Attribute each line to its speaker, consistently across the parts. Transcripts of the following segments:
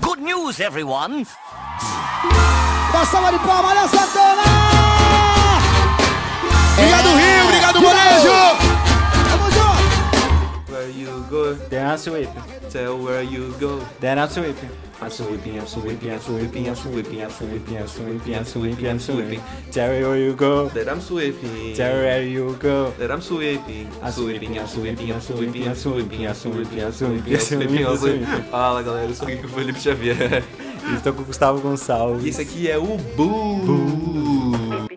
Speaker 1: Good news, everyone.
Speaker 2: Dá salva de palmas, olha Santana!
Speaker 3: Obrigado, Rio. Obrigado, Molejo.
Speaker 2: Tamo junto!
Speaker 4: Where you go,
Speaker 5: Dance whip.
Speaker 4: tell where you go.
Speaker 5: Dance whip.
Speaker 4: I'm sweeping, I'm sweeping, I'm sweeping, I'm sweeping, I'm sweeping, I'm sweeping, I'm sweeping, I'm
Speaker 5: Dance whip.
Speaker 4: sweeping.
Speaker 5: Terry, where you go?
Speaker 4: That I'm sweeping.
Speaker 5: Terry, where you go?
Speaker 4: That I'm sweeping.
Speaker 5: I'm sweeping, I'm sweeping, I'm sweeping, I'm sweeping, I'm sweeping,
Speaker 4: Eu
Speaker 5: I'm sweeping, I'm
Speaker 4: sou o
Speaker 5: sweeping,
Speaker 4: Felipe
Speaker 5: I'm
Speaker 4: Azul.
Speaker 5: sweeping.
Speaker 4: Fala galera, eu sou o Kiko Felipe Xavier.
Speaker 5: Estou com o Gustavo Gonçalves.
Speaker 4: E esse aqui é o Boo.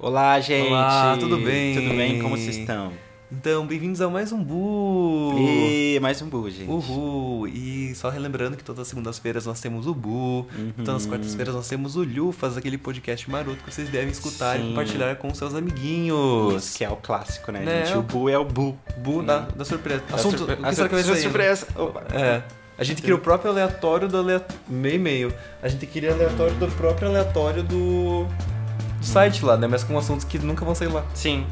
Speaker 5: Olá, gente.
Speaker 4: Olá, tudo bem?
Speaker 5: Tudo bem? Como vocês estão?
Speaker 4: Então, bem-vindos a mais um Boo.
Speaker 5: E mais um Bu, gente.
Speaker 4: Uhul! E só relembrando que todas as segundas-feiras nós temos o Bu,
Speaker 5: Uhum.
Speaker 4: todas as quartas-feiras nós temos o Lufas, aquele podcast maroto que vocês devem escutar e
Speaker 5: Sim.
Speaker 4: compartilhar com seus
Speaker 5: Isso
Speaker 4: amiguinhos.
Speaker 5: que é o clássico, né,
Speaker 4: Né?
Speaker 5: gente? O Bu é o Bu.
Speaker 4: Bu da, da surpresa. Hum. Assunto,
Speaker 5: surpre-
Speaker 4: o que será que vai
Speaker 5: assunto
Speaker 4: ser?
Speaker 5: surpresa. Opa.
Speaker 4: É. A gente cria o próprio aleatório do aleatório. Meio meio. A gente cria aleatório do próprio aleatório do. do site lá, né? Mas com assuntos que nunca vão sair lá.
Speaker 5: Sim.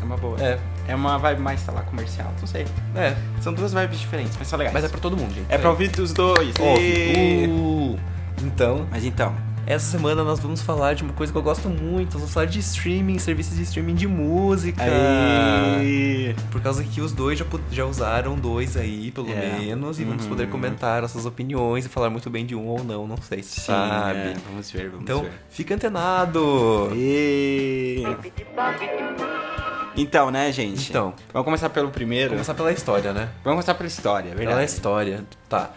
Speaker 5: É uma boa.
Speaker 4: É.
Speaker 5: É uma vibe mais, sei lá, comercial, não sei.
Speaker 4: É.
Speaker 5: São duas vibes diferentes, mas são legais.
Speaker 4: Mas é pra todo mundo, gente.
Speaker 5: É pra ouvir os dois.
Speaker 4: Óbvio.
Speaker 5: E-
Speaker 4: Uh, Então,
Speaker 5: Mas então,
Speaker 4: Essa semana nós vamos falar de uma coisa que eu gosto muito. Nós vamos falar de streaming, serviços de streaming de música.
Speaker 5: aí.
Speaker 4: Por causa que os dois já, pu- já usaram dois aí, pelo
Speaker 5: É.
Speaker 4: menos. E vamos
Speaker 5: Uhum.
Speaker 4: poder comentar nossas opiniões e falar muito bem de um ou não, não sei se sabe.
Speaker 5: é, Vamos ver, vamos
Speaker 4: Então,
Speaker 5: ver.
Speaker 4: fica antenado.
Speaker 5: E- Então, né, gente?
Speaker 4: Então,
Speaker 5: Vamos começar pelo primeiro.
Speaker 4: começar pela história, né?
Speaker 5: Vamos começar pela história, é
Speaker 4: Pela
Speaker 5: verdade?
Speaker 4: história. Tá.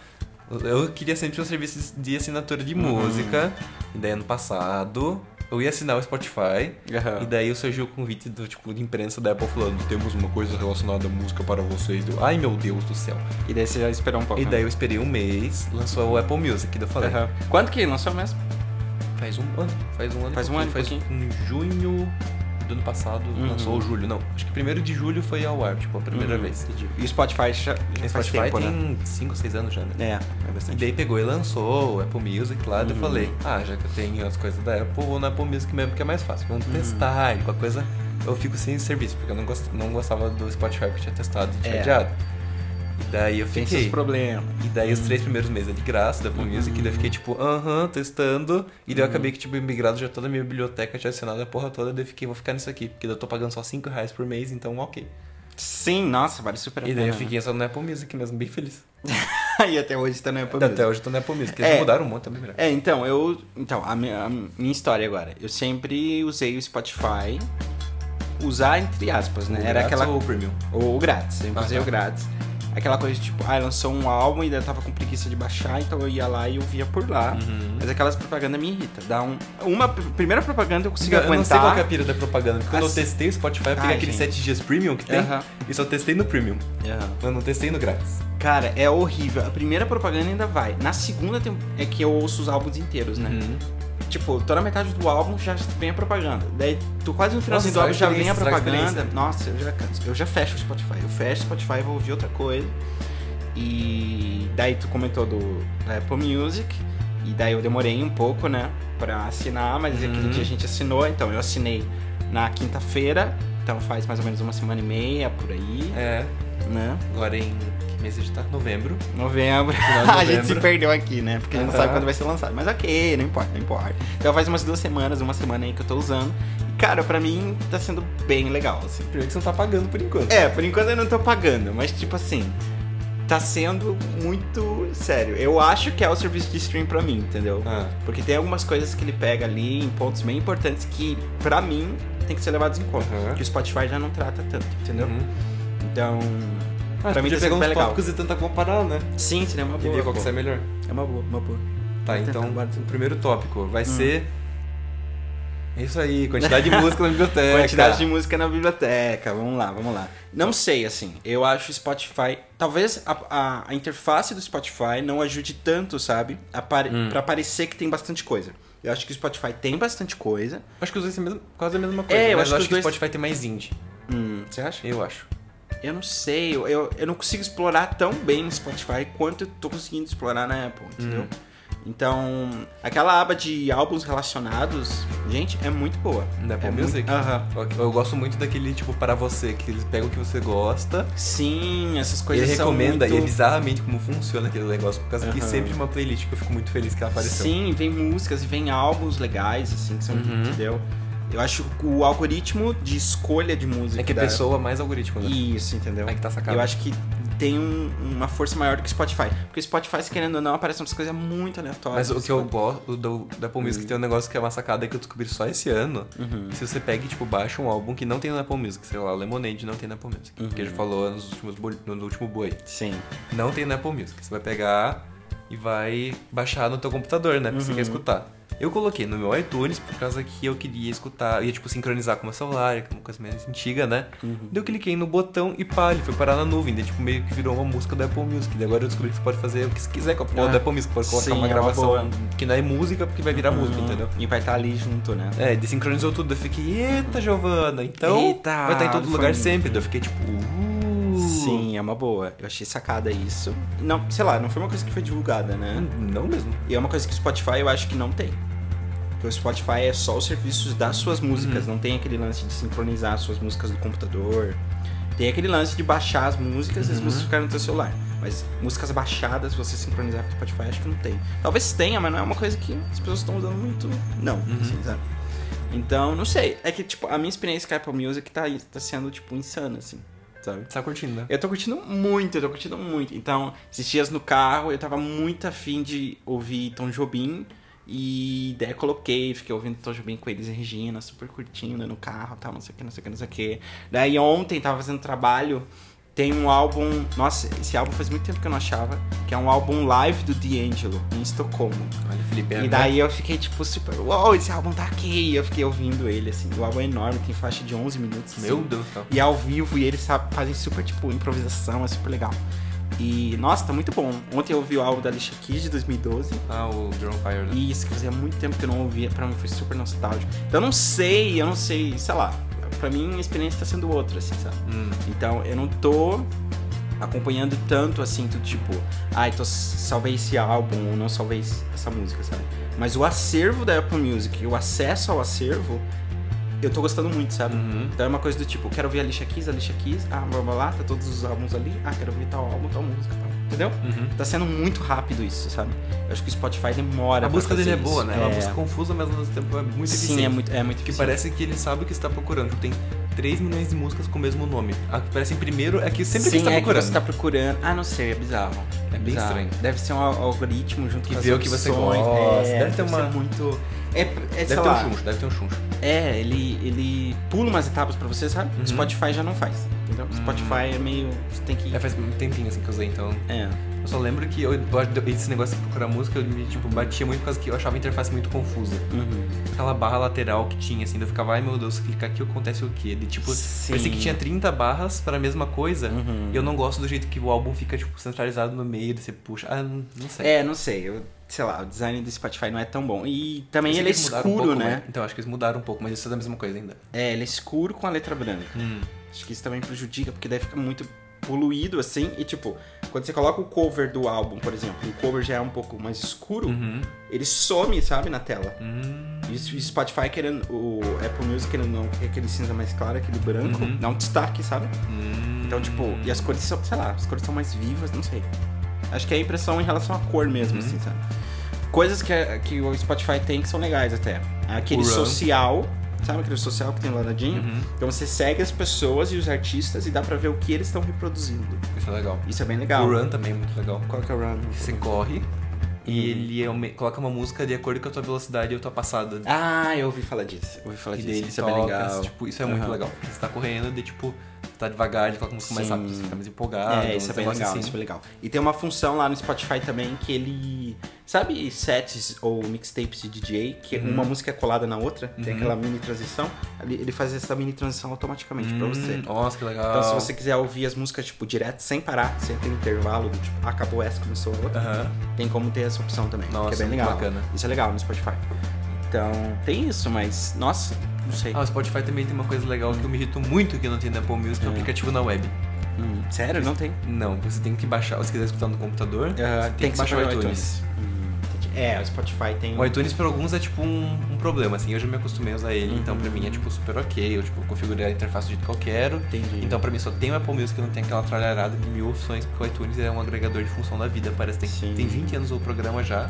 Speaker 4: Eu queria sempre um serviço de assinatura
Speaker 5: Uhum.
Speaker 4: de música. E daí ano passado, eu ia assinar o Spotify.
Speaker 5: Aham.
Speaker 4: E daí surgiu o convite do tipo de imprensa da Apple falando: temos uma coisa relacionada à música para vocês. Eu, Ai meu Deus do céu.
Speaker 5: E daí você já esperou um pouco.
Speaker 4: E
Speaker 5: né?
Speaker 4: daí eu esperei um mês, lançou o Apple Music. Daí eu falei:
Speaker 5: Aham. Quanto que lançou mesmo?
Speaker 4: faz um ano, faz um ano. e
Speaker 5: Faz um
Speaker 4: pouquinho,
Speaker 5: ano Uhum. e
Speaker 4: faz em junho do ano passado, lançou o julho. Não, acho que primeiro de julho foi ao ar, tipo, a primeira vez.
Speaker 5: E o Spotify já, já
Speaker 4: O
Speaker 5: Uhum, faz
Speaker 4: Spotify
Speaker 5: tempo, né?
Speaker 4: tem 5, 6 anos já, né?
Speaker 5: É, Uhum. é
Speaker 4: E
Speaker 5: bastante.
Speaker 4: daí pegou e lançou o Apple Music lá, daí eu falei, ah, já que eu tenho as coisas da Apple, vou na Apple Music mesmo, que é mais fácil. Vamos
Speaker 5: Uhum.
Speaker 4: testar, e qualquer coisa eu fico sem serviço, porque eu não, gost- não gostava do Spotify que eu tinha testado e tinha
Speaker 5: É.
Speaker 4: adiado. E daí eu
Speaker 5: Tem seus
Speaker 4: fiquei.
Speaker 5: problemas.
Speaker 4: E daí os três primeiros meses é de graça da Apple Music, e daí eu fiquei tipo, aham, testando. E
Speaker 5: Uhum.
Speaker 4: daí eu acabei que, tipo, migrado já toda a minha biblioteca, tinha assinado a porra toda, daí eu fiquei, vou ficar nisso aqui, porque daí eu tô pagando só 5 reais por mês, então ok.
Speaker 5: Sim, nossa, vale super a
Speaker 4: E daí eu
Speaker 5: pena,
Speaker 4: fiquei só no Apple Music mesmo, bem feliz.
Speaker 5: né? e até hoje tá no Apple
Speaker 4: Até
Speaker 5: Music.
Speaker 4: hoje eu tô no Apple Music, eles
Speaker 5: É.
Speaker 4: mudaram um monte também, né?
Speaker 5: É, então, eu. Então, a minha, a minha história agora. Eu sempre usei o Spotify. Usar entre aspas, né? Era aquela.
Speaker 4: Ou o Premium.
Speaker 5: Ou o grátis, eu
Speaker 4: Ah,
Speaker 5: usei
Speaker 4: tá.
Speaker 5: o grátis. Aquela coisa de, tipo, ah, lançou um álbum e daí eu tava com preguiça de baixar, então eu ia lá e eu via por lá.
Speaker 4: Uhum.
Speaker 5: Mas aquelas propagandas me irritam. Dá um. Uma pr- primeira propaganda eu consigo
Speaker 4: Eu
Speaker 5: aguentar.
Speaker 4: não sei qual que é a pira da propaganda. porque Quando
Speaker 5: Assim-
Speaker 4: eu testei o Spotify, eu peguei
Speaker 5: Ai,
Speaker 4: aquele
Speaker 5: gente.
Speaker 4: 7 dias premium que tem.
Speaker 5: Aham.
Speaker 4: E só testei no premium.
Speaker 5: Aham.
Speaker 4: Eu não testei no grátis.
Speaker 5: Cara, é horrível. A primeira propaganda ainda vai. Na segunda tem... é que eu ouço os álbuns inteiros,
Speaker 4: Uhum.
Speaker 5: né? Tipo, toda metade do álbum já vem a propaganda. Daí, tu quase no finalzinho do
Speaker 4: Nossa,
Speaker 5: álbum já
Speaker 4: estraga
Speaker 5: vem a
Speaker 4: experiência, estraga
Speaker 5: propaganda. Nossa, eu já canso. Eu já fecho o Spotify. Eu fecho o Spotify e vou ouvir outra coisa. E daí tu comentou do da Apple Music. E daí eu demorei um pouco, né? Pra assinar, mas aquele
Speaker 4: Uhum.
Speaker 5: dia a gente assinou. Então eu assinei na quinta-feira. Então faz mais ou menos uma semana e meia por aí,
Speaker 4: É.
Speaker 5: né?
Speaker 4: Agora em. Que mês a gente tá? Novembro.
Speaker 5: Novembro.
Speaker 4: Final de
Speaker 5: Ah, a gente se
Speaker 4: novembro.
Speaker 5: perdeu aqui, né? Porque a gente não
Speaker 4: Aham.
Speaker 5: sabe quando vai ser lançado. Mas ok, não importa, não importa. Então faz umas duas semanas, uma semana aí que eu tô usando. E, cara, pra mim tá sendo bem legal, assim.
Speaker 4: Primeiro que você não tá pagando por enquanto.
Speaker 5: É, por enquanto eu não tô pagando, mas tipo assim. Tá sendo muito sério. Eu acho que é o serviço de stream pra mim, entendeu?
Speaker 4: Ah.
Speaker 5: Porque tem algumas coisas que ele pega ali em pontos bem importantes que, pra mim, tem que ser levados em conta.
Speaker 4: Aham.
Speaker 5: Que o Spotify já não trata tanto, entendeu?
Speaker 4: Uhum.
Speaker 5: Então.
Speaker 4: Ah,
Speaker 5: pra mim tá
Speaker 4: podia pegar
Speaker 5: sendo
Speaker 4: uns
Speaker 5: bem legal.
Speaker 4: tópicos e tentar comparar, né?
Speaker 5: Sim, seria uma
Speaker 4: E
Speaker 5: boa.
Speaker 4: ver qual que
Speaker 5: pô.
Speaker 4: sai melhor.
Speaker 5: É uma boa, uma boa.
Speaker 4: Tá,
Speaker 5: Vou tentar
Speaker 4: então.
Speaker 5: agora.
Speaker 4: O primeiro tópico vai ser. É isso aí, quantidade de música na biblioteca.
Speaker 5: Quantidade de música na biblioteca, vamos lá, vamos lá. Não sei, assim, eu acho o Spotify. Talvez a, a- a interface do Spotify não ajude tanto, sabe? A pare-
Speaker 4: Hum.
Speaker 5: Pra parecer que tem bastante coisa. Eu acho que o Spotify tem bastante coisa.
Speaker 4: Acho que os dois são mesmo- quase a mesma coisa.
Speaker 5: eu
Speaker 4: mas
Speaker 5: acho que
Speaker 4: É, que
Speaker 5: os
Speaker 4: o
Speaker 5: dois-
Speaker 4: Spotify tem mais indie.
Speaker 5: Hum, você acha?
Speaker 4: Eu acho.
Speaker 5: Eu não sei,
Speaker 4: Hum.
Speaker 5: eu, eu, eu não consigo explorar tão bem no Spotify quanto eu tô conseguindo explorar na Apple, entendeu? Então, aquela aba de álbuns relacionados, gente, é muito boa.
Speaker 4: Da Apple
Speaker 5: é
Speaker 4: Music?
Speaker 5: Muito... Aham.
Speaker 4: Eu- Eu gosto muito daquele, tipo, para você, que eles pegam o que você gosta,
Speaker 5: Sim, essas
Speaker 4: ele
Speaker 5: coisas são
Speaker 4: recomenda,
Speaker 5: muito...
Speaker 4: e é bizarramente como funciona aquele negócio, por causa que
Speaker 5: Aham.
Speaker 4: sempre uma playlist que eu fico muito feliz que ela apareceu.
Speaker 5: Sim, vem músicas e vem álbuns legais, assim, que são,
Speaker 4: Uhum.
Speaker 5: entendeu? Eu acho que o algoritmo de escolha de música...
Speaker 4: É que a
Speaker 5: da-
Speaker 4: pessoa mais algoritmo, né?
Speaker 5: Isso, entendeu?
Speaker 4: Aí que tá sacado.
Speaker 5: Eu acho que tem um- uma força maior do que o Spotify. Porque o Spotify, se querendo ou não, aparecem umas coisas muito aleatórias.
Speaker 4: Mas o que eu gosto do, da Apple Music tem um negócio que é uma sacada que eu descobri só esse ano.
Speaker 5: Uhum.
Speaker 4: Se você pega e, tipo, baixa um álbum que não tem na Apple Music, sei lá, Lemonade não tem na Apple Music. Porque a gente falou nos últimos boi- no último boi.
Speaker 5: Sim.
Speaker 4: Não tem na Apple Music. Você vai pegar e vai baixar no teu computador, né? Porque
Speaker 5: Uhum.
Speaker 4: você quer escutar. Eu coloquei no meu iTunes por causa que eu queria escutar, eu ia tipo sincronizar com o meu celular, que é uma coisa menos antiga, né?
Speaker 5: Uhum.
Speaker 4: Daí eu cliquei no botão e pá, ele foi parar na nuvem, daí tipo meio que virou uma música da Apple Music. Daí agora eu descobri que você pode fazer o que você quiser com a porra
Speaker 5: Ah,
Speaker 4: da Apple Music, pode colocar
Speaker 5: sim,
Speaker 4: uma
Speaker 5: é uma
Speaker 4: gravação
Speaker 5: boa. Uhum.
Speaker 4: que não é música, porque vai virar música, entendeu?
Speaker 5: E vai estar ali junto, né?
Speaker 4: Hum. É, desincronizou tudo. Daí eu fiquei, eita, Giovana, então
Speaker 5: Eita,
Speaker 4: vai estar em todo
Speaker 5: foi
Speaker 4: lugar
Speaker 5: muito.
Speaker 4: sempre. Daí eu fiquei tipo, uh,
Speaker 5: Sim, é uma boa. Eu achei sacada isso. Não, sei lá, não foi uma coisa que foi divulgada, né?
Speaker 4: Não mesmo.
Speaker 5: E é uma coisa que o Spotify eu acho que não tem. Porque o Spotify é só os serviços das suas músicas, não tem aquele lance de sincronizar as suas músicas do computador. Tem aquele lance de baixar as músicas e as músicas ficarem no teu celular. Mas músicas baixadas, você sincronizar com o Spotify, acho que não tem. Talvez tenha, mas não é uma coisa que as pessoas estão usando muito. Não, assim, sabe? Então, não sei. É que, tipo, a minha experiência com a Apple Music tá, tá sendo, tipo, insana, assim, sabe?
Speaker 4: Você tá curtindo, né?
Speaker 5: Eu tô curtindo muito, eu tô curtindo muito. Então, esses dias no carro, eu tava muito afim de ouvir Tom Jobim. E daí eu coloquei, fiquei ouvindo Tom Jobim com eles e Regina, super curtindo no carro, tal, não sei o que, não sei o que, não sei o que. Daí ontem tava fazendo trabalho, tem um álbum. Nossa, esse álbum faz muito tempo que eu não achava, que é um álbum live do D'Angelo, em Estocolmo.
Speaker 4: Olha, Felipe, é
Speaker 5: E daí eu fiquei tipo super, uau, esse álbum tá aqui. E eu fiquei ouvindo ele, assim. O álbum é enorme, tem faixa de 11 minutos.
Speaker 4: Meu
Speaker 5: assim.
Speaker 4: Deus do céu.
Speaker 5: E ao vivo, e eles sabe, fazem super, tipo, improvisação, é super legal. E, nossa, tá muito bom. Ontem eu ouvi o álbum da Alicia Keys de 2012.
Speaker 4: Ah, o Drone Fire. né?
Speaker 5: E isso que fazia muito tempo que eu não ouvia, pra mim foi super nostálgico. Então eu não sei, eu não sei, sei lá. Pra mim a experiência tá sendo outra, assim, sabe?
Speaker 4: Hum.
Speaker 5: Então eu não tô acompanhando tanto assim, do tipo, ai, tô, salvei esse álbum ou não salvei esse- essa música, sabe? Mas o acervo da Apple Music, o acesso ao acervo, eu tô gostando muito, sabe?
Speaker 4: Uhum.
Speaker 5: Então é uma coisa do tipo, quero ouvir a lixa Keys, a lixa Keys, ah, blá blá blá, tá todos os álbuns ali, ah, quero ouvir tal álbum, tal música, tal. entendeu?
Speaker 4: Uhum.
Speaker 5: Tá sendo muito rápido isso, sabe? Eu acho que o Spotify demora
Speaker 4: A
Speaker 5: pra
Speaker 4: busca
Speaker 5: fazer
Speaker 4: dele é
Speaker 5: isso.
Speaker 4: boa, né? É
Speaker 5: É.
Speaker 4: uma busca confusa, mas ao mesmo tempo é muito eficiente.
Speaker 5: Sim, é muito, é muito
Speaker 4: Que
Speaker 5: eficiente.
Speaker 4: parece que ele sabe o que está procurando. Tipo, tem 3 milhões de músicas com o mesmo nome. A que aparece em primeiro é que sempre que
Speaker 5: Sim,
Speaker 4: você está
Speaker 5: é
Speaker 4: procurando.
Speaker 5: que você tá procurando. Ah, não sei, é bizarro.
Speaker 4: É bem
Speaker 5: bizarro.
Speaker 4: estranho.
Speaker 5: Deve ser um al- algoritmo junto
Speaker 4: Que
Speaker 5: com as
Speaker 4: vê o que você
Speaker 5: opções.
Speaker 4: gosta.
Speaker 5: É,
Speaker 4: Deve ter
Speaker 5: ser
Speaker 4: uma-
Speaker 5: muito... É, é, sei
Speaker 4: Deve ter um
Speaker 5: lá,
Speaker 4: chuncho, deve ter um chuncho.
Speaker 5: É, ele, ele pula umas etapas pra você, sabe?
Speaker 4: Uhum. Hum.
Speaker 5: Spotify já não faz, entendeu? Spotify é meio... Você tem que...
Speaker 4: É, faz um tempinho assim que eu usei, então.
Speaker 5: É.
Speaker 4: Eu só lembro que eu, eu- esse negócio de procurar música, eu me tipo, batia muito por causa que eu achava a interface muito confusa.
Speaker 5: Uhum.
Speaker 4: Aquela barra lateral que tinha, assim, daí eu ficava, ai meu Deus, se clicar aqui acontece o quê? De, tipo,
Speaker 5: Sim.
Speaker 4: parecia que tinha 30 barras para a mesma coisa.
Speaker 5: uhum.
Speaker 4: E eu não gosto do jeito que o álbum fica, tipo, centralizado no meio, daí você puxa. Ah, não não sei.
Speaker 5: É, não sei. Eu, sei lá, o design do Spotify não é tão bom. E também
Speaker 4: Eu sei
Speaker 5: ele
Speaker 4: que
Speaker 5: é
Speaker 4: eles mudaram um
Speaker 5: escuro,
Speaker 4: pouco,
Speaker 5: né?
Speaker 4: Então, acho que eles mudaram um pouco, mas isso é da mesma coisa ainda.
Speaker 5: É, ele é escuro com a letra branca. Acho que isso também prejudica, porque daí fica muito poluído assim. E tipo, quando você coloca o cover do álbum, por exemplo, e o cover já é um pouco mais escuro,
Speaker 4: Uhum.
Speaker 5: ele some, sabe, na tela.
Speaker 4: Hum.
Speaker 5: Isso o Spotify querendo. O Apple Music querendo não, que é aquele cinza mais claro, aquele branco,
Speaker 4: Uhum.
Speaker 5: dá um destaque, sabe?
Speaker 4: Hum.
Speaker 5: Então, tipo, e as cores são, sei lá, as cores são mais vivas, não sei. Acho que é a impressão em relação à cor mesmo,
Speaker 4: Uhum.
Speaker 5: assim, sabe? Coisas que, é, que o Spotify tem que são legais até. Aquele
Speaker 4: O Run.
Speaker 5: social, sabe aquele social que tem lá na Dinha?
Speaker 4: Uhum.
Speaker 5: Então você segue as pessoas e os artistas e dá pra ver o que eles estão reproduzindo.
Speaker 4: Isso é legal.
Speaker 5: Isso é bem legal.
Speaker 4: O Run também é muito legal.
Speaker 5: Qual que é o run?
Speaker 4: Você corre e ele aume- coloca uma música de acordo com a tua velocidade e a tua passada.
Speaker 5: Ah, eu ouvi falar disso. Eu ouvi falar
Speaker 4: e
Speaker 5: disso.
Speaker 4: dele
Speaker 5: Isso é
Speaker 4: toca,
Speaker 5: bem legal.
Speaker 4: Tipo, isso é muito
Speaker 5: Aham.
Speaker 4: legal. Porque você tá correndo e, tipo, tá devagar, ele coloca uma música mais
Speaker 5: Sim.
Speaker 4: rápida, você fica mais empolgado.
Speaker 5: é, isso é
Speaker 4: uns
Speaker 5: bem
Speaker 4: negócios
Speaker 5: legal,
Speaker 4: assim.
Speaker 5: isso é bem legal. E tem uma função lá no Spotify também que ele. Sabe sets ou mixtapes de DJ, que
Speaker 4: Uhum.
Speaker 5: uma música é colada na outra, tem aquela mini transição, ele, ele faz essa mini transição automaticamente pra você.
Speaker 4: Hum, Nossa, que legal.
Speaker 5: Então, se você quiser ouvir as músicas, tipo, direto, sem parar, sem ter intervalo, do tipo, ah, acabou essa, começou a outra,
Speaker 4: Aham.
Speaker 5: tem como ter essa opção também, que
Speaker 4: Nossa,
Speaker 5: é bem
Speaker 4: muito
Speaker 5: legal.
Speaker 4: bacana.
Speaker 5: Isso é legal no Spotify. Então, tem isso, mas, nossa, não sei.
Speaker 4: Ah, o Spotify também tem uma coisa legal que eu me irrito muito que não tem na Apple Music, que é o aplicativo na web.
Speaker 5: Hum, sério, não tem?
Speaker 4: Não, você tem que baixar, se quiser escutar no computador,
Speaker 5: Ah,
Speaker 4: você tem, que baixar o iTunes.
Speaker 5: Hum, entendi. É, o Spotify tem.
Speaker 4: O iTunes pra alguns é tipo um, um problema, assim, eu já me acostumei a usar ele, então
Speaker 5: Uhum.
Speaker 4: pra mim é tipo super ok, eu tipo, configurei a interface do jeito que eu quero.
Speaker 5: Entendi.
Speaker 4: Então pra mim só tem o Apple Music, não tem aquela tralharada de mil opções, porque o iTunes é um agregador de função da vida, parece que
Speaker 5: Sim.
Speaker 4: tem, tem 20 anos o programa já.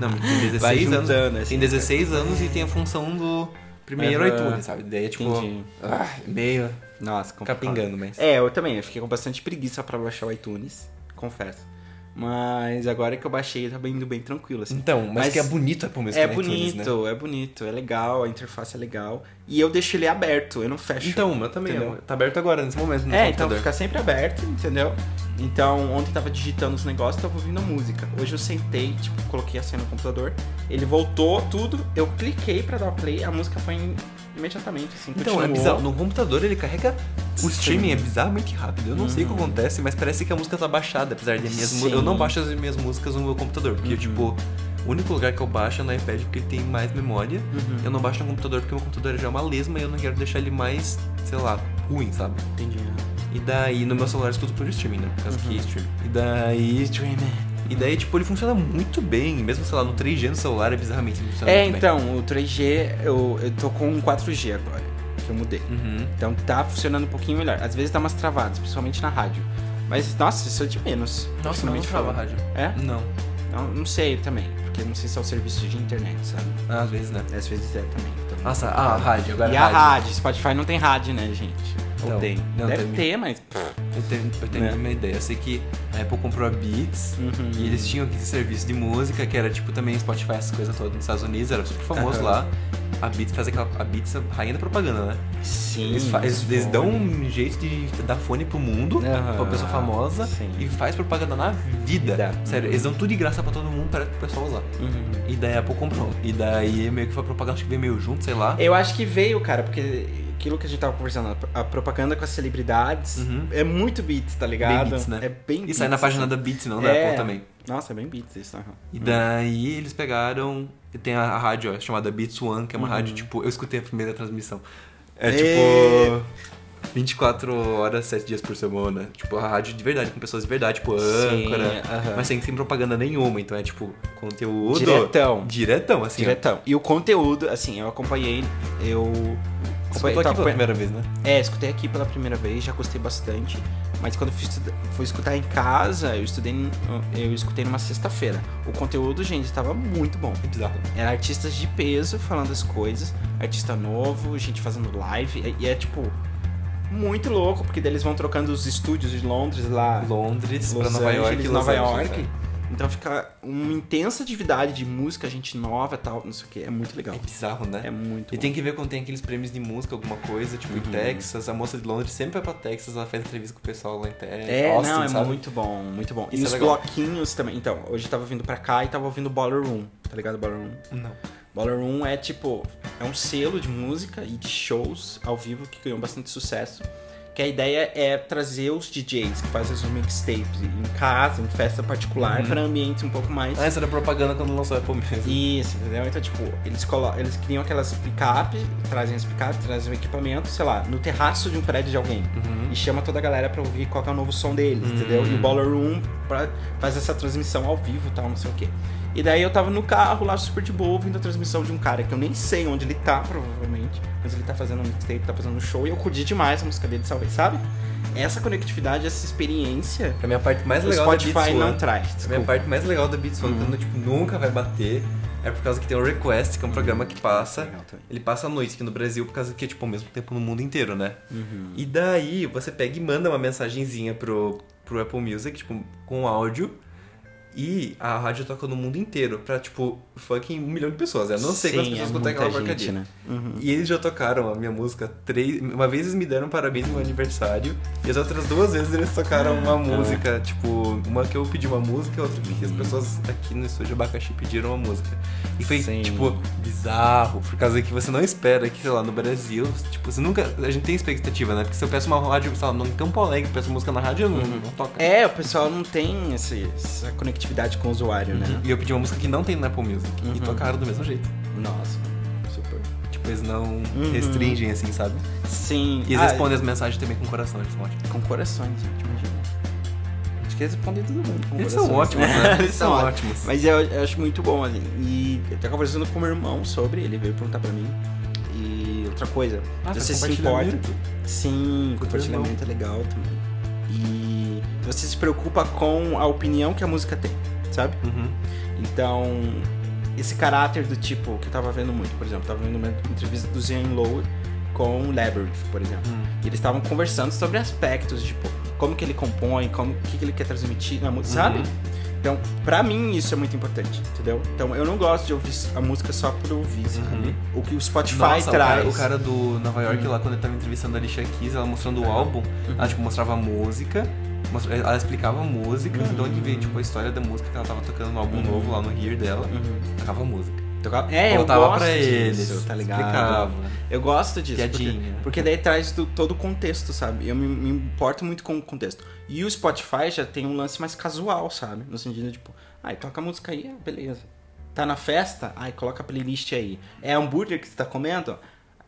Speaker 4: Não, tem 16
Speaker 5: Vai
Speaker 4: anos.
Speaker 5: juntando, assim,
Speaker 4: tem 16 anos e tem a função do primeiro
Speaker 5: Aham.
Speaker 4: iTunes, sabe? Daí é tipo,
Speaker 5: Entendi.
Speaker 4: ah, meio
Speaker 5: Nossa, complicado.
Speaker 4: capingando, mas...
Speaker 5: É, eu também. Eu fiquei com bastante preguiça pra baixar o iTunes, confesso. Mas agora que eu baixei, tá indo bem tranquilo, assim.
Speaker 4: Então, mas,
Speaker 5: Mas
Speaker 4: que é bonito o Apple Music
Speaker 5: É
Speaker 4: no iTunes, né?
Speaker 5: bonito, é bonito, é legal, a interface é legal. E eu deixo ele aberto, eu não fecho.
Speaker 4: Então, o meu também,
Speaker 5: Entendeu?
Speaker 4: tá aberto agora, nesse momento, no
Speaker 5: É, então
Speaker 4: computador.
Speaker 5: fica sempre aberto, entendeu? Então, ontem tava digitando os negócios, tava ouvindo música. Hoje eu sentei, tipo, coloquei a senha no computador, ele voltou tudo, eu cliquei pra dar o play, a música foi im- imediatamente, assim,
Speaker 4: Então,
Speaker 5: continuou.
Speaker 4: é bizarro. No computador ele carrega. O streaming é bizarramente rápido. Eu não sei o que acontece, mas parece que a música tá baixada, apesar de minhas mu-
Speaker 5: Sim.
Speaker 4: Eu não baixo as minhas músicas no meu computador. Porque, tipo, o único lugar que eu baixo é no iPad porque ele tem mais memória. Eu não baixo no computador porque o meu computador já é uma lesma e eu não quero deixar ele mais, sei lá, ruim, sabe?
Speaker 5: Entendi.
Speaker 4: E daí, no meu celular eu escuto por streaming, né? Por causa
Speaker 5: Uhum.
Speaker 4: que é streaming. E daí. Streaming. E daí, tipo, ele funciona muito bem. Mesmo, sei lá, no 3G no celular é bizarramente ele funciona
Speaker 5: É,
Speaker 4: muito
Speaker 5: então, o 3G, eu, eu tô com um 4G agora, que eu mudei.
Speaker 4: bem. Uhum.
Speaker 5: Então tá funcionando um pouquinho melhor. Às vezes dá umas travadas, principalmente na rádio. Mas, nossa, isso é de menos.
Speaker 4: Nossa, não me
Speaker 5: Principalmente
Speaker 4: trava a
Speaker 5: falando.
Speaker 4: rádio.
Speaker 5: É?
Speaker 4: Não.
Speaker 5: Não, não sei também, porque não sei se é o serviço de internet, sabe?
Speaker 4: Às vezes, né?
Speaker 5: Às vezes é também. então-
Speaker 4: Nossa, ah, a rádio, agora
Speaker 5: e a rádio, Spotify não tem rádio, né, gente? Ou
Speaker 4: Não,
Speaker 5: tem?
Speaker 4: não
Speaker 5: Deve
Speaker 4: tem.
Speaker 5: ter, mas. pff,
Speaker 4: Eu tenho, eu tenho
Speaker 5: Né?
Speaker 4: uma ideia. Eu sei que a Apple comprou a Beats
Speaker 5: Uhum.
Speaker 4: e eles tinham esse serviço de música que era tipo também Spotify, essas coisas todas nos Estados Unidos, era super famoso
Speaker 5: Aham.
Speaker 4: lá. A Beats faz aquela. A Beats é a rainha da propaganda, né?
Speaker 5: Sim.
Speaker 4: Eles, fa- eles- eles dão um jeito de dar fone pro mundo,
Speaker 5: Aham.
Speaker 4: pra pessoa famosa,
Speaker 5: Sim.
Speaker 4: e faz propaganda na vida.
Speaker 5: Vida.
Speaker 4: Sério, eles dão tudo de graça pra todo mundo para o pessoal usar. E daí a Apple comprou. E daí meio que foi a propaganda acho que veio meio junto, sei lá.
Speaker 5: Eu acho que veio, cara, porque aquilo que a gente tava conversando, a propaganda com as celebridades,
Speaker 4: Uhum.
Speaker 5: é muito beats, tá ligado?
Speaker 4: Bem Beats, né?
Speaker 5: É bem
Speaker 4: E sai na
Speaker 5: beats,
Speaker 4: página
Speaker 5: assim.
Speaker 4: da Beats, não da
Speaker 5: É. Hum.
Speaker 4: Apple também.
Speaker 5: Nossa, é bem beats isso, aham.
Speaker 4: E daí eles pegaram. e Tem a, a rádio ó, chamada Beats One, que é uma rádio tipo. Eu escutei a primeira transmissão. É
Speaker 5: Uhum. É.
Speaker 4: tipo. 24 horas, 7 dias por semana. Tipo, a rádio de verdade, com pessoas de verdade, tipo,
Speaker 5: Sim,
Speaker 4: âncora.
Speaker 5: aham.
Speaker 4: Mas sem, sem propaganda nenhuma, então é tipo, conteúdo.
Speaker 5: Diretão.
Speaker 4: Diretão, assim. ó.
Speaker 5: Diretão. E o conteúdo, assim, eu acompanhei, eu.
Speaker 4: Escutou
Speaker 5: eu
Speaker 4: aqui
Speaker 5: tava
Speaker 4: pela primeira vez, né?
Speaker 5: É, escutei aqui pela primeira vez, já gostei bastante. Mas quando eu fui, estuda- fui escutar em casa, eu estudei, em- eu escutei numa sexta-feira. O conteúdo, gente, tava muito bom.
Speaker 4: É bizarro.
Speaker 5: Era artistas de peso falando as coisas, artista novo, gente fazendo live. E, e é tipo muito louco, porque daí eles vão trocando os estúdios de Londres lá,
Speaker 4: Londres
Speaker 5: Los
Speaker 4: pra Nova
Speaker 5: Angeles,
Speaker 4: York. é Los
Speaker 5: Nova
Speaker 4: Angeles,
Speaker 5: York.
Speaker 4: né?
Speaker 5: Então fica uma intensa atividade de música, gente nova, tal, não sei o que. É muito legal.
Speaker 4: É bizarro, né?
Speaker 5: É
Speaker 4: E
Speaker 5: muito. bom. Uhum.
Speaker 4: tem que ver quando tem aqueles prêmios de música, alguma coisa, tipo em Texas, a moça de Londres sempre vai pra Texas, ela faz entrevista com o pessoal lá em Texas.
Speaker 5: É,
Speaker 4: Austin,
Speaker 5: não, é
Speaker 4: sabe?
Speaker 5: muito bom, muito bom.
Speaker 4: Isso
Speaker 5: e
Speaker 4: é
Speaker 5: os
Speaker 4: legal.
Speaker 5: bloquinhos também. Então, hoje eu tava vindo pra cá e tava ouvindo Ballroom, tá ligado? Ballroom.
Speaker 4: Não.
Speaker 5: Ballroom é tipo, é um selo de música e de shows ao vivo que ganhou bastante sucesso. Que a ideia é trazer os DJs que fazem os mixtapes em casa, em festa particular,
Speaker 4: Uhum.
Speaker 5: pra ambientes um pouco mais.
Speaker 4: Ah, essa era propaganda quando lançou a Apple mesmo.
Speaker 5: Isso, entendeu? Então, tipo, eles, colo... eles criam aquelas picape, trazem as picape, trazem o equipamento, sei lá, no terraço de um prédio de alguém.
Speaker 4: Uhum.
Speaker 5: E chama toda a galera pra ouvir qual que é o novo som deles, entendeu? E o Ballroom pra... faz essa transmissão ao vivo e tal, não sei o quê. E daí eu tava no carro lá, super de boa, ouvindo a transmissão de um cara que eu nem sei onde ele tá, provavelmente. Mas ele tá fazendo um mixtape, tá fazendo um show e eu curti demais a música dele, sabe? sabe? Essa conectividade, essa experiência,
Speaker 4: Pra mim, a parte mais
Speaker 5: o
Speaker 4: legal da
Speaker 5: Spotify
Speaker 4: Beats né? é One,
Speaker 5: não traz.
Speaker 4: pra mim, a
Speaker 5: desculpa. Uhum.
Speaker 4: parte mais legal da Beats One, que eu, tipo, nunca vai bater, é por causa que tem o Request, que é um programa que passa.
Speaker 5: Legal também.
Speaker 4: Ele passa a noite aqui no Brasil, por causa que é, tipo, ao mesmo tempo no mundo inteiro, né?
Speaker 5: Uhum.
Speaker 4: E daí, você pega e manda uma mensagenzinha pro, pro Apple Music, tipo, com áudio. E a rádio toca no mundo inteiro, pra, tipo, fucking um milhão de pessoas. Eu não sei quantas
Speaker 5: Sim, é
Speaker 4: pessoas escutam aquela
Speaker 5: muita gente,
Speaker 4: porcaria. Uhum.
Speaker 5: né?
Speaker 4: E eles já tocaram a minha música três. Uma vez eles me deram um parabéns no meu aniversário, e as outras duas vezes eles tocaram uma música, tipo, uma que eu pedi uma música, outra que as
Speaker 5: Uhum.
Speaker 4: pessoas aqui no estúdio Abacaxi pediram uma música. E foi,
Speaker 5: Sim.
Speaker 4: tipo, bizarro, por causa que você não espera que, sei lá, no Brasil, tipo, você nunca. A gente tem expectativa, né? Porque se eu peço uma rádio, sei lá, em Campo Alegre, peço música na rádio, não, não toca.
Speaker 5: É, o pessoal não tem esse- essa conectividade com o usuário, né?
Speaker 4: E eu pedi uma música que não tem na Apple Music,
Speaker 5: Uhum.
Speaker 4: e tocaram do mesmo jeito.
Speaker 5: Nossa, super.
Speaker 4: Tipo, eles não restringem, assim, sabe?
Speaker 5: Sim.
Speaker 4: E eles
Speaker 5: Uhum. ah,
Speaker 4: respondem as mensagens também com o coração, eles são ótimos.
Speaker 5: Com corações, gente, imagina. Acho que responder todo mundo. com
Speaker 4: Eles
Speaker 5: coração,
Speaker 4: são ótimos, né?
Speaker 5: Eles são ótimos. Mas eu, eu acho muito bom, assim. E eu tava conversando com o meu irmão sobre, ele veio perguntar pra mim. E outra coisa,
Speaker 4: Ah, tá
Speaker 5: você se
Speaker 4: compartilhamento.
Speaker 5: importa. Sim, compartilhamento é legal também. E você se preocupa com a opinião que a música tem, sabe?
Speaker 4: Uhum.
Speaker 5: Então, esse caráter do tipo que eu tava vendo muito, por exemplo, eu tava vendo uma entrevista do Zane Lowe com o Labyrinth, por exemplo.
Speaker 4: Hum.
Speaker 5: E eles estavam conversando sobre aspectos, tipo, como que ele compõe, como o que, que ele quer transmitir na música, sabe?
Speaker 4: Uhum.
Speaker 5: Então, pra mim isso é muito importante, entendeu? Então, eu não gosto de ouvir a música só por ouvir, sabe? O que o Spotify
Speaker 4: Uhum. Nossa, o
Speaker 5: traz.
Speaker 4: cara, o cara do Nova York
Speaker 5: Uhum.
Speaker 4: lá, quando ele tava entrevistando a Alicia Keys, ela mostrando o álbum, ela tipo, mostrava a música, mostra- ela explicava a música,
Speaker 5: Uhum.
Speaker 4: de onde veio tipo, a história da música que ela tava tocando no álbum novo lá no Gear dela,
Speaker 5: Uhum.
Speaker 4: tocava a música.
Speaker 5: Tocava- É, eu
Speaker 4: Voltava
Speaker 5: gosto
Speaker 4: pra
Speaker 5: disso,
Speaker 4: eles,
Speaker 5: tá ligado?
Speaker 4: explicava.
Speaker 5: Eu gosto disso. Porque,
Speaker 4: Piadinha.
Speaker 5: porque daí traz do- todo o contexto, sabe? Eu me, me importo muito com o contexto. E o Spotify já tem um lance mais casual, sabe? No sentido de, tipo, ai, toca a música aí, ah, beleza. Tá na festa? Ai, coloca a playlist aí. É hambúrguer que você tá comendo?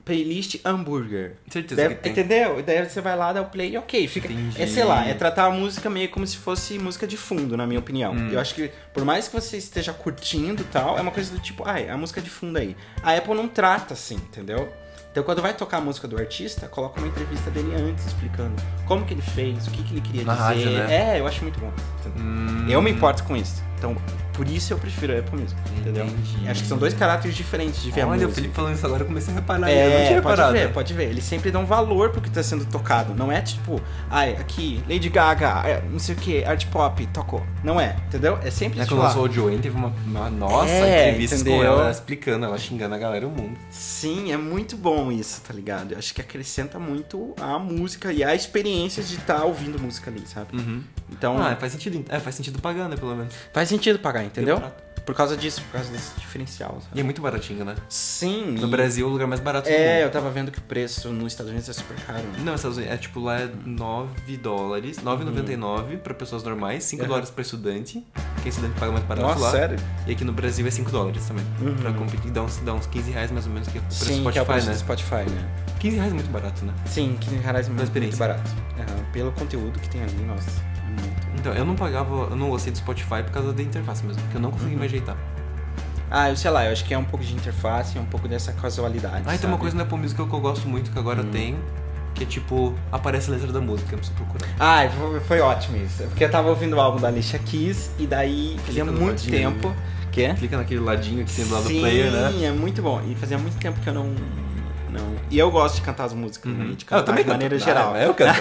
Speaker 5: Playlist hambúrguer.
Speaker 4: Certeza
Speaker 5: Daí-
Speaker 4: que tem.
Speaker 5: Entendeu? E Daí você vai lá, dá o play e ok. Fica,
Speaker 4: Entendi.
Speaker 5: é, sei lá, é tratar a música meio como se fosse música de fundo, na minha opinião.
Speaker 4: Hum.
Speaker 5: Eu acho que, por mais que você esteja curtindo e tal, é uma coisa do tipo, ai, a música de fundo aí. A Apple não trata assim, entendeu? Então, quando vai tocar a música do artista, coloca uma entrevista dele antes, explicando como que ele fez, o que, que ele queria
Speaker 4: Na
Speaker 5: dizer.
Speaker 4: rádio, né?
Speaker 5: É, eu acho muito bom. entendeu?
Speaker 4: Hum,
Speaker 5: Eu me importo com isso. Então, por isso eu prefiro a Apple mesmo, entendeu?
Speaker 4: Entendi.
Speaker 5: Acho que são dois caráteres diferentes de ver a
Speaker 4: Olha, o
Speaker 5: música.
Speaker 4: Felipe falando isso agora, eu comecei a reparar, eu não tinha
Speaker 5: É, pode
Speaker 4: reparado. Né,
Speaker 5: ver, pode ver. Eles sempre dão valor pro que tá sendo tocado. Não é tipo, ai, aqui, Lady Gaga, é, não sei o que, art pop, tocou. Não é, entendeu? É sempre
Speaker 4: Né,
Speaker 5: tipo,
Speaker 4: quando lançou
Speaker 5: ah,
Speaker 4: o Joanne, teve uma, uma nossa
Speaker 5: É,
Speaker 4: entrevista com
Speaker 5: entendeu?
Speaker 4: ela, explicando, ela xingando a galera e o mundo.
Speaker 5: sim, é muito bom isso, tá ligado? Eu acho que acrescenta muito a música e a experiência de estar ouvindo música ali, sabe? Então,
Speaker 4: Ah, faz sentido, é, faz sentido pagar, né, pelo menos.
Speaker 5: faz sentido pagar, entendeu?
Speaker 4: Deu
Speaker 5: Por causa disso, por causa desse diferencial, sabe?
Speaker 4: E é muito baratinho, né?
Speaker 5: Sim.
Speaker 4: No
Speaker 5: e-
Speaker 4: Brasil, assim, o lugar mais barato do mundo.
Speaker 5: É, eu tava vendo que o preço nos Estados Unidos é super caro. né?
Speaker 4: Não, Estados Unidos, é tipo lá é 9 dólares, 9,99 pra pessoas normais, 5
Speaker 5: Aham.
Speaker 4: dólares pra estudante, que estudante paga mais barato
Speaker 5: É. Nossa,
Speaker 4: lá.
Speaker 5: sério? Uhum.
Speaker 4: E aqui no Brasil é 5 dólares também. Pra competir, dá uns, dá uns 15 reais mais ou menos, que é o preço do
Speaker 5: Sim,
Speaker 4: Spotify,
Speaker 5: que é o preço
Speaker 4: né?
Speaker 5: do Spotify, né?
Speaker 4: 15 reais é muito barato, né?
Speaker 5: Sim, 15 reais é
Speaker 4: Da
Speaker 5: muito,
Speaker 4: experiência.
Speaker 5: muito barato. Aham, Pelo conteúdo que tem ali, nossa. é muito.
Speaker 4: Então, eu não pagava, eu não gostei do Spotify por causa da interface mesmo, porque eu não
Speaker 5: Uhum.
Speaker 4: consegui me ajeitar.
Speaker 5: Ah, eu sei lá, eu acho que é um pouco de interface, é um pouco dessa casualidade.
Speaker 4: Ah, e tem uma
Speaker 5: sabe? Hum.
Speaker 4: coisa na Apple Music que eu que eu gosto muito, que agora tem, que é tipo, aparece a letra da música, eu preciso procurar.
Speaker 5: Ai, foi, foi ótimo isso. É Porque eu tava ouvindo o álbum da Alicia Keys e daí fazia
Speaker 4: Clicando
Speaker 5: muito
Speaker 4: no
Speaker 5: tempo. Quê?
Speaker 4: Clica naquele ladinho que tem do lado
Speaker 5: Sim,
Speaker 4: do player, né?
Speaker 5: é muito bom. E fazia muito tempo que eu não. não... E eu gosto de cantar as músicas, né? De cantar de
Speaker 4: canto.
Speaker 5: maneira
Speaker 4: Uhum. Ah,
Speaker 5: geral.
Speaker 4: Eu canto.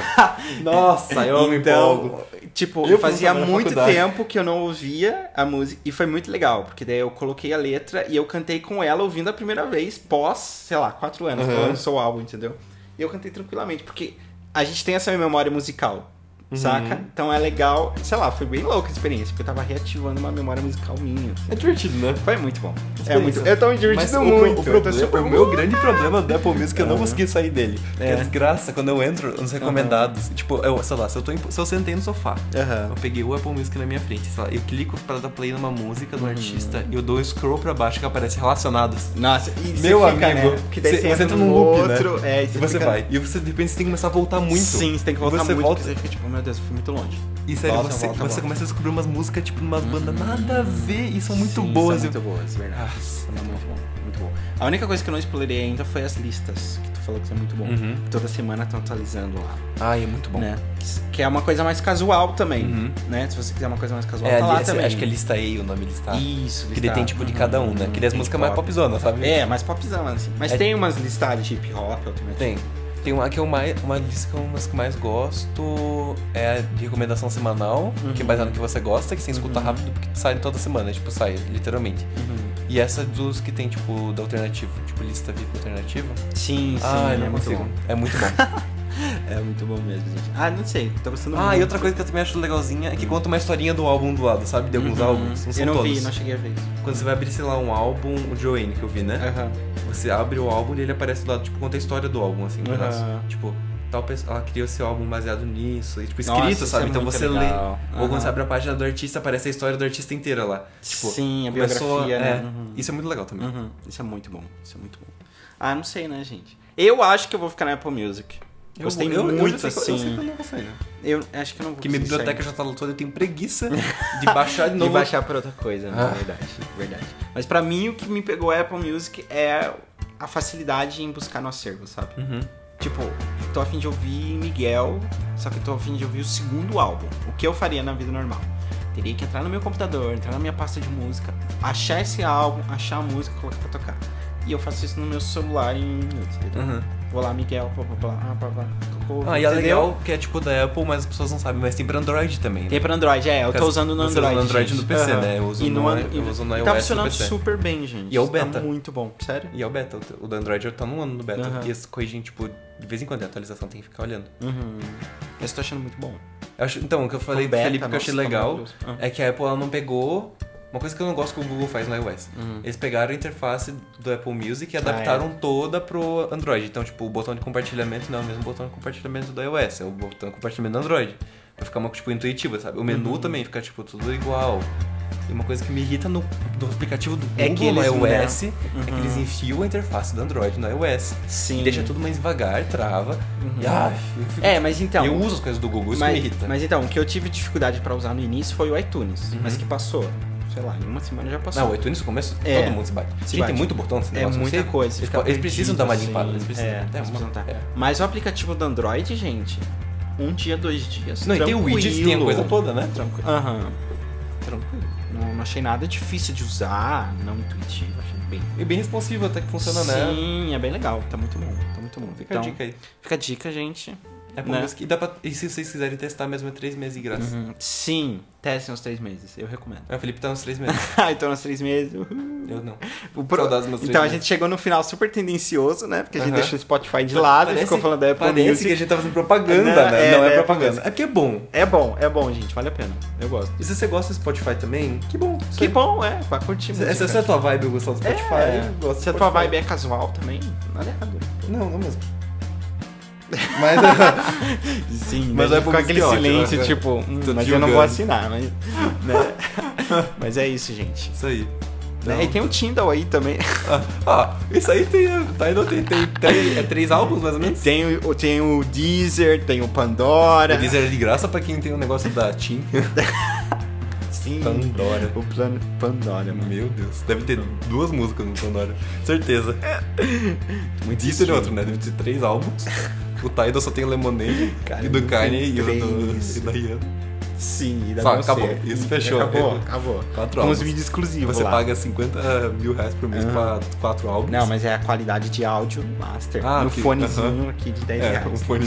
Speaker 4: Nossa, eu me empolgo.
Speaker 5: então, tipo,
Speaker 4: Eu
Speaker 5: fazia
Speaker 4: quando tava na
Speaker 5: muito
Speaker 4: faculdade.
Speaker 5: tempo que eu não ouvia a música e foi muito legal, porque daí eu coloquei a letra e eu cantei com ela ouvindo a primeira vez pós, sei lá, quatro anos, que
Speaker 4: Uhum.
Speaker 5: ela lançou o álbum, entendeu? E eu cantei tranquilamente, porque a gente tem essa memória musical,
Speaker 4: Uhum.
Speaker 5: saca? Então é legal, sei lá, foi bem louca a experiência, porque eu tava reativando uma memória musical minha. assim.
Speaker 4: É divertido, né?
Speaker 5: Foi muito bom. É
Speaker 4: Experiência.
Speaker 5: muito, eu tô me
Speaker 4: Mas
Speaker 5: divertindo
Speaker 4: o,
Speaker 5: muito.
Speaker 4: o,
Speaker 5: eu tô
Speaker 4: problema- é
Speaker 5: super-
Speaker 4: o meu grande problema do Apple Music é que eu não consegui sair dele. É,
Speaker 5: É.
Speaker 4: desgraça quando eu entro nos recomendados. Tipo, eu, sei lá, se eu, tô em- se eu sentei no sofá,
Speaker 5: Aham.
Speaker 4: eu peguei o Apple Music na minha frente, sei lá, eu clico pra dar play numa música
Speaker 5: Uhum.
Speaker 4: do artista e eu dou um scroll pra baixo que aparece relacionados.
Speaker 5: Nossa, e você
Speaker 4: Meu
Speaker 5: fica,
Speaker 4: amigo,
Speaker 5: né? Porque daí
Speaker 4: cê-
Speaker 5: você
Speaker 4: você
Speaker 5: entra
Speaker 4: entra
Speaker 5: num
Speaker 4: num loop, né?
Speaker 5: outro, é, e
Speaker 4: E você
Speaker 5: fica-
Speaker 4: vai. E você, de repente, você tem que começar a voltar muito.
Speaker 5: Sim, você tem que voltar
Speaker 4: você
Speaker 5: muito,
Speaker 4: volta-
Speaker 5: porque você fica tipo, meu Deus, eu fui muito longe.
Speaker 4: E sério,
Speaker 5: Volta,
Speaker 4: você,
Speaker 5: volta,
Speaker 4: você
Speaker 5: volta.
Speaker 4: começa a descobrir umas músicas, tipo, umas bandas nada a ver e são muito
Speaker 5: Sim,
Speaker 4: boas.
Speaker 5: São
Speaker 4: eu-
Speaker 5: muito boas, verdade.
Speaker 4: Ah,
Speaker 5: São muito bom, muito bom. A única coisa que eu não explorei ainda foi as listas, que tu falou que são muito bom.
Speaker 4: Uhum.
Speaker 5: Toda semana estão atualizando lá,
Speaker 4: Ai, é muito bom.
Speaker 5: né? Que é uma coisa mais casual também,
Speaker 4: Uhum.
Speaker 5: né? Se você quiser uma coisa mais casual,
Speaker 4: É,
Speaker 5: tá lá
Speaker 4: ali-
Speaker 5: também.
Speaker 4: acho que é lista A o nome lista A.
Speaker 5: Isso,
Speaker 4: Que daí tem tipo de cada um, né? Que daí as músicas mais popzona, sabe?
Speaker 5: É, mais popzão, assim. Mas
Speaker 4: É-
Speaker 5: tem umas listadas de hip hop, alternativa.
Speaker 4: Tem. Tem uma que eu mais. Uma lista que eu umas que mais gosto é a de recomendação semanal,
Speaker 5: Uhum.
Speaker 4: que é baseada no que você gosta, que você escuta rápido porque sai toda semana, tipo, sai, literalmente.
Speaker 5: Uhum.
Speaker 4: E essa dos que tem, tipo, da alternativa, tipo, lista VIP alternativa.
Speaker 5: Sim, sim,
Speaker 4: ah,
Speaker 5: é
Speaker 4: eu não
Speaker 5: muito
Speaker 4: consigo.
Speaker 5: bom.
Speaker 4: É muito bom.
Speaker 5: É muito bom mesmo, gente. Ah, não sei, tô gostando muito.
Speaker 4: ah, e outra coisa que eu também acho legalzinha é que conta uma historinha do álbum do lado, sabe? De alguns álbuns. Não são
Speaker 5: Uhum. Eu não
Speaker 4: todos.
Speaker 5: vi, não cheguei a ver isso.
Speaker 4: Quando você vai abrir, sei lá, um álbum, o Joanne que eu vi, né?
Speaker 5: Aham.
Speaker 4: Você abre o álbum e ele aparece do lado, tipo, conta a história do álbum, assim, um
Speaker 5: Uhum.
Speaker 4: pedaço. Tipo, tal pessoa, ela criou esse álbum baseado nisso, e, tipo,
Speaker 5: Nossa,
Speaker 4: escrito,
Speaker 5: isso
Speaker 4: sabe?
Speaker 5: é
Speaker 4: então
Speaker 5: muito
Speaker 4: você
Speaker 5: legal.
Speaker 4: lê. Ou
Speaker 5: Uhum.
Speaker 4: quando você abre a página do artista, aparece a história do artista inteira lá. Tipo,
Speaker 5: Sim, a
Speaker 4: começou-
Speaker 5: biografia, né?
Speaker 4: é,
Speaker 5: Uhum.
Speaker 4: Isso é muito legal também.
Speaker 5: Uhum, Isso é muito bom, isso é muito bom. Ah, não sei, né, gente? Eu acho que eu vou ficar na Apple Music. Gostei
Speaker 4: eu, eu,
Speaker 5: muito,
Speaker 4: eu já sei, que- Eu sei
Speaker 5: assim.
Speaker 4: que eu não gostei, né?
Speaker 5: Eu acho que eu não vou
Speaker 4: Porque minha
Speaker 5: conseguir sair.
Speaker 4: biblioteca já tá toda, eu tenho preguiça de baixar de
Speaker 5: E
Speaker 4: novo.
Speaker 5: baixar pra outra coisa, na
Speaker 4: Ah.
Speaker 5: verdade. Verdade. Mas pra mim, o que me pegou a Apple Music é a facilidade em buscar no acervo, sabe?
Speaker 4: Uhum.
Speaker 5: Tipo, tô afim de ouvir Miguel, só que tô afim de ouvir o segundo álbum. O que eu faria na vida normal? Teria que entrar no meu computador, entrar na minha pasta de música, achar esse álbum, achar a música e colocar pra tocar. E eu faço isso no meu celular em um minuto, entendeu?
Speaker 4: Uhum.
Speaker 5: Vou lá, Miguel, blá blá blá, blá blá, tocou,
Speaker 4: Ah, e é
Speaker 5: entendeu?
Speaker 4: legal que é tipo da Apple, mas as pessoas não sabem, mas tem pra Android também, né?
Speaker 5: Tem pra Android, é, eu tô
Speaker 4: Caso-
Speaker 5: usando no
Speaker 4: você usa
Speaker 5: Android.
Speaker 4: no Android e
Speaker 5: gente.
Speaker 4: no PC,
Speaker 5: Aham.
Speaker 4: né? Eu uso
Speaker 5: e
Speaker 4: no i- eu
Speaker 5: e-
Speaker 4: uso no
Speaker 5: e
Speaker 4: iOS
Speaker 5: Tá
Speaker 4: no
Speaker 5: funcionando
Speaker 4: PC.
Speaker 5: super bem, gente.
Speaker 4: E é o
Speaker 5: Tá
Speaker 4: beta.
Speaker 5: muito bom, sério.
Speaker 4: E é o beta, o do Android já tá no ano do beta.
Speaker 5: Aham.
Speaker 4: E essa coisinha, tipo, de vez em quando é atualização, tem que ficar olhando.
Speaker 5: Uhum. Esse eu tô achando muito bom.
Speaker 4: Eu acho- então, o que eu falei
Speaker 5: beta,
Speaker 4: do Felipe que eu achei
Speaker 5: nossa, tá
Speaker 4: legal
Speaker 5: maravilhoso. Ah.
Speaker 4: é que a Apple ela não pegou. Uma coisa que eu não gosto que o Google faz no iOS. Eles pegaram a interface do Apple Music e
Speaker 5: Hum. Ah,
Speaker 4: adaptaram toda pro Android. Então, tipo, o botão de compartilhamento não é o mesmo botão de compartilhamento do iOS, é o botão de compartilhamento do Android. Pra ficar uma coisa tipo, intuitiva, sabe? O menu
Speaker 5: Uhum.
Speaker 4: também fica, tipo, tudo igual. E uma coisa que me irrita no, no aplicativo do Google
Speaker 5: É que
Speaker 4: no
Speaker 5: eles Uhum.
Speaker 4: iOS é que eles enfiam a interface do Android no iOS.
Speaker 5: Sim. Uhum.
Speaker 4: E deixa tudo mais devagar, trava. E, ah, eu fico-
Speaker 5: É, mas então.
Speaker 4: eu uso as coisas do Google, isso
Speaker 5: mas,
Speaker 4: me irrita. Uhum.
Speaker 5: mas então, o que eu tive dificuldade pra usar no início foi o iTunes. Mas que passou, sei lá, em uma semana já passou.
Speaker 4: Não, o iTunes no começo,
Speaker 5: É.
Speaker 4: todo mundo se bate.
Speaker 5: Se
Speaker 4: Gente,
Speaker 5: bate.
Speaker 4: tem muito botão nesse
Speaker 5: É
Speaker 4: negócio. não
Speaker 5: muita
Speaker 4: sei.
Speaker 5: coisa, você
Speaker 4: Eles,
Speaker 5: fica
Speaker 4: eles precisam dar uma
Speaker 5: perdido,
Speaker 4: limpada, eles
Speaker 5: assim.
Speaker 4: precisam.
Speaker 5: É,
Speaker 4: É,
Speaker 5: eles
Speaker 4: uma-
Speaker 5: precisam dar.
Speaker 4: é.
Speaker 5: Mas o aplicativo do Android, gente, um dia, dois dias.
Speaker 4: Não, e tem o widgets, tem a
Speaker 5: tranquilo.
Speaker 4: coisa toda, né? Tranquilo.
Speaker 5: Aham. Não, não achei nada difícil de usar, não intuitivo, achei bem.
Speaker 4: E bem responsivo até que funciona, né?
Speaker 5: Sim, é bem legal, tá muito bom, tá muito bom.
Speaker 4: Fica
Speaker 5: então,
Speaker 4: a dica aí. É
Speaker 5: Fica a dica, gente.
Speaker 4: Apple
Speaker 5: né?
Speaker 4: Music. E, dá pra, e se vocês quiserem testar mesmo, é três meses de graça.
Speaker 5: Uhum. Sim, testem os três meses, eu recomendo.
Speaker 4: Ah, o Felipe tá nos três meses.
Speaker 5: Ah, então nos três meses. uhul.
Speaker 4: Eu não.
Speaker 5: O pro-
Speaker 4: Saudades dos meus três
Speaker 5: Então a
Speaker 4: meses.
Speaker 5: gente chegou no final super tendencioso, né? Porque a gente
Speaker 4: Aham.
Speaker 5: deixou o Spotify de lado,
Speaker 4: Parece-
Speaker 5: ficou falando da Apple
Speaker 4: Parece
Speaker 5: Music.
Speaker 4: que a gente tá fazendo propaganda,
Speaker 5: Não,
Speaker 4: né?
Speaker 5: é,
Speaker 4: não é,
Speaker 5: né,
Speaker 4: propaganda. É porque é bom.
Speaker 5: É bom, é bom, gente, vale a pena. Eu gosto.
Speaker 4: E se você gosta do Spotify também, que bom.
Speaker 5: Que bom, é, vai curtir
Speaker 4: Se,
Speaker 5: música.
Speaker 4: essa- essa é a tua vibe, eu gostar do
Speaker 5: É,
Speaker 4: Spotify. eu gosto do
Speaker 5: se a tua
Speaker 4: Spotify.
Speaker 5: vibe é casual também, nada errado.
Speaker 4: Não, não mesmo. Mas. é
Speaker 5: Sim,
Speaker 4: Mas
Speaker 5: mas é
Speaker 4: é
Speaker 5: com
Speaker 4: por
Speaker 5: aquele
Speaker 4: isso que ótimo,
Speaker 5: silêncio,
Speaker 4: né?
Speaker 5: tipo, hum,
Speaker 4: Tô
Speaker 5: mas
Speaker 4: te
Speaker 5: eu não
Speaker 4: julgando.
Speaker 5: vou assinar, mas. né? mas é isso, gente.
Speaker 4: Isso aí. Então,
Speaker 5: Né?
Speaker 4: Não.
Speaker 5: E tem o Tindal aí também.
Speaker 4: Ah, isso aí tem. tá, Ainda tem, tem, três- é três álbuns, mais ou menos?
Speaker 5: Tem o, tem o Deezer, tem o Pandora.
Speaker 4: O Deezer é de graça pra quem tem o negócio da Tim.
Speaker 5: Sim.
Speaker 4: Pandora.
Speaker 5: O plano Pandora, mano.
Speaker 4: Meu Deus, deve ter duas músicas no Pandora. Certeza.
Speaker 5: Muito
Speaker 4: Isso e
Speaker 5: estranho.
Speaker 4: outro, né? Deve ter três álbuns. O Tidal só tem o Lemonade,
Speaker 5: Cara,
Speaker 4: e do
Speaker 5: não
Speaker 4: Kanye
Speaker 5: tem
Speaker 4: e o do,
Speaker 5: três.
Speaker 4: e da Rihanna.
Speaker 5: Sim, e da
Speaker 4: Só,
Speaker 5: Beyoncé.
Speaker 4: acabou. Isso, fechou.
Speaker 5: Acabou, acabou.
Speaker 4: Quatro
Speaker 5: Com os
Speaker 4: álbuns.
Speaker 5: vídeos exclusivos
Speaker 4: Você
Speaker 5: lá.
Speaker 4: paga 50 mil reais por mês pra quatro álbuns.
Speaker 5: Não, mas é a qualidade de áudio master.
Speaker 4: Ah,
Speaker 5: no
Speaker 4: ok,
Speaker 5: fonezinho
Speaker 4: aham.
Speaker 5: aqui de 10
Speaker 4: É, um
Speaker 5: reais.
Speaker 4: fone,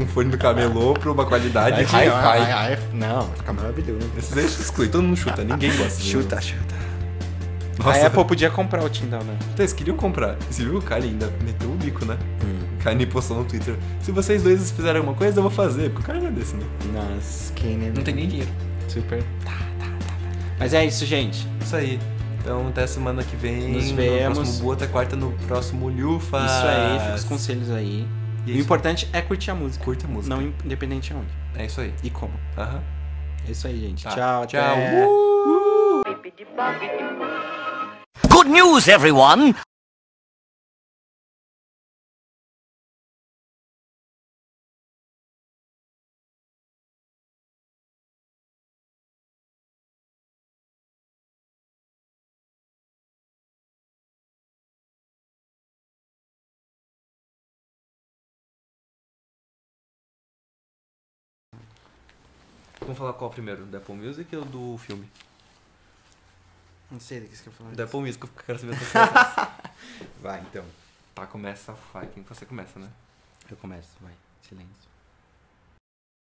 Speaker 4: um fone do camelô pra uma qualidade
Speaker 5: Ai, ai,
Speaker 4: high-fi.
Speaker 5: ai, ai. Não, fica maravilhoso.
Speaker 4: Esses aí exclui, todo mundo chuta, ninguém gosta.
Speaker 5: Chuta, chuta. é
Speaker 4: Nossa,
Speaker 5: A Apple podia comprar o Tindal, né?
Speaker 4: Então, eles queriam comprar. E Você viu o Kanye ainda meteu o bico, né?
Speaker 5: Hum.
Speaker 4: O Kanye postou no Twitter: Se vocês dois fizerem alguma coisa, eu vou fazer. Porque o cara não é desse, né?
Speaker 5: Nossa, quem né?
Speaker 4: nem dinheiro.
Speaker 5: Super. Tá, tá, tá. Mas é isso, gente.
Speaker 4: Isso aí. Então, até semana que vem.
Speaker 5: Nos
Speaker 4: No
Speaker 5: vemos.
Speaker 4: próximo Boa, até quarta no próximo Lhufa.
Speaker 5: Isso aí, fica os conselhos aí.
Speaker 4: E é
Speaker 5: o
Speaker 4: isso.
Speaker 5: importante é curtir a música.
Speaker 4: Curta a música.
Speaker 5: Não independente aonde.
Speaker 4: É isso aí.
Speaker 5: E como.
Speaker 4: Aham.
Speaker 5: É isso aí, gente.
Speaker 4: Tá.
Speaker 5: Tchau,
Speaker 4: Tchau. Uh!
Speaker 5: até.
Speaker 1: Good news, everyone!
Speaker 4: Vamos falar qual primeiro? Da Apple Music ou do filme?
Speaker 5: Não sei do que você quer falar.
Speaker 4: Da Apple Music, eu quero saber a tua opinião.
Speaker 5: Vai, então.
Speaker 4: Tá, começa a Quem Você começa, né?
Speaker 5: Eu começo, vai. Silêncio.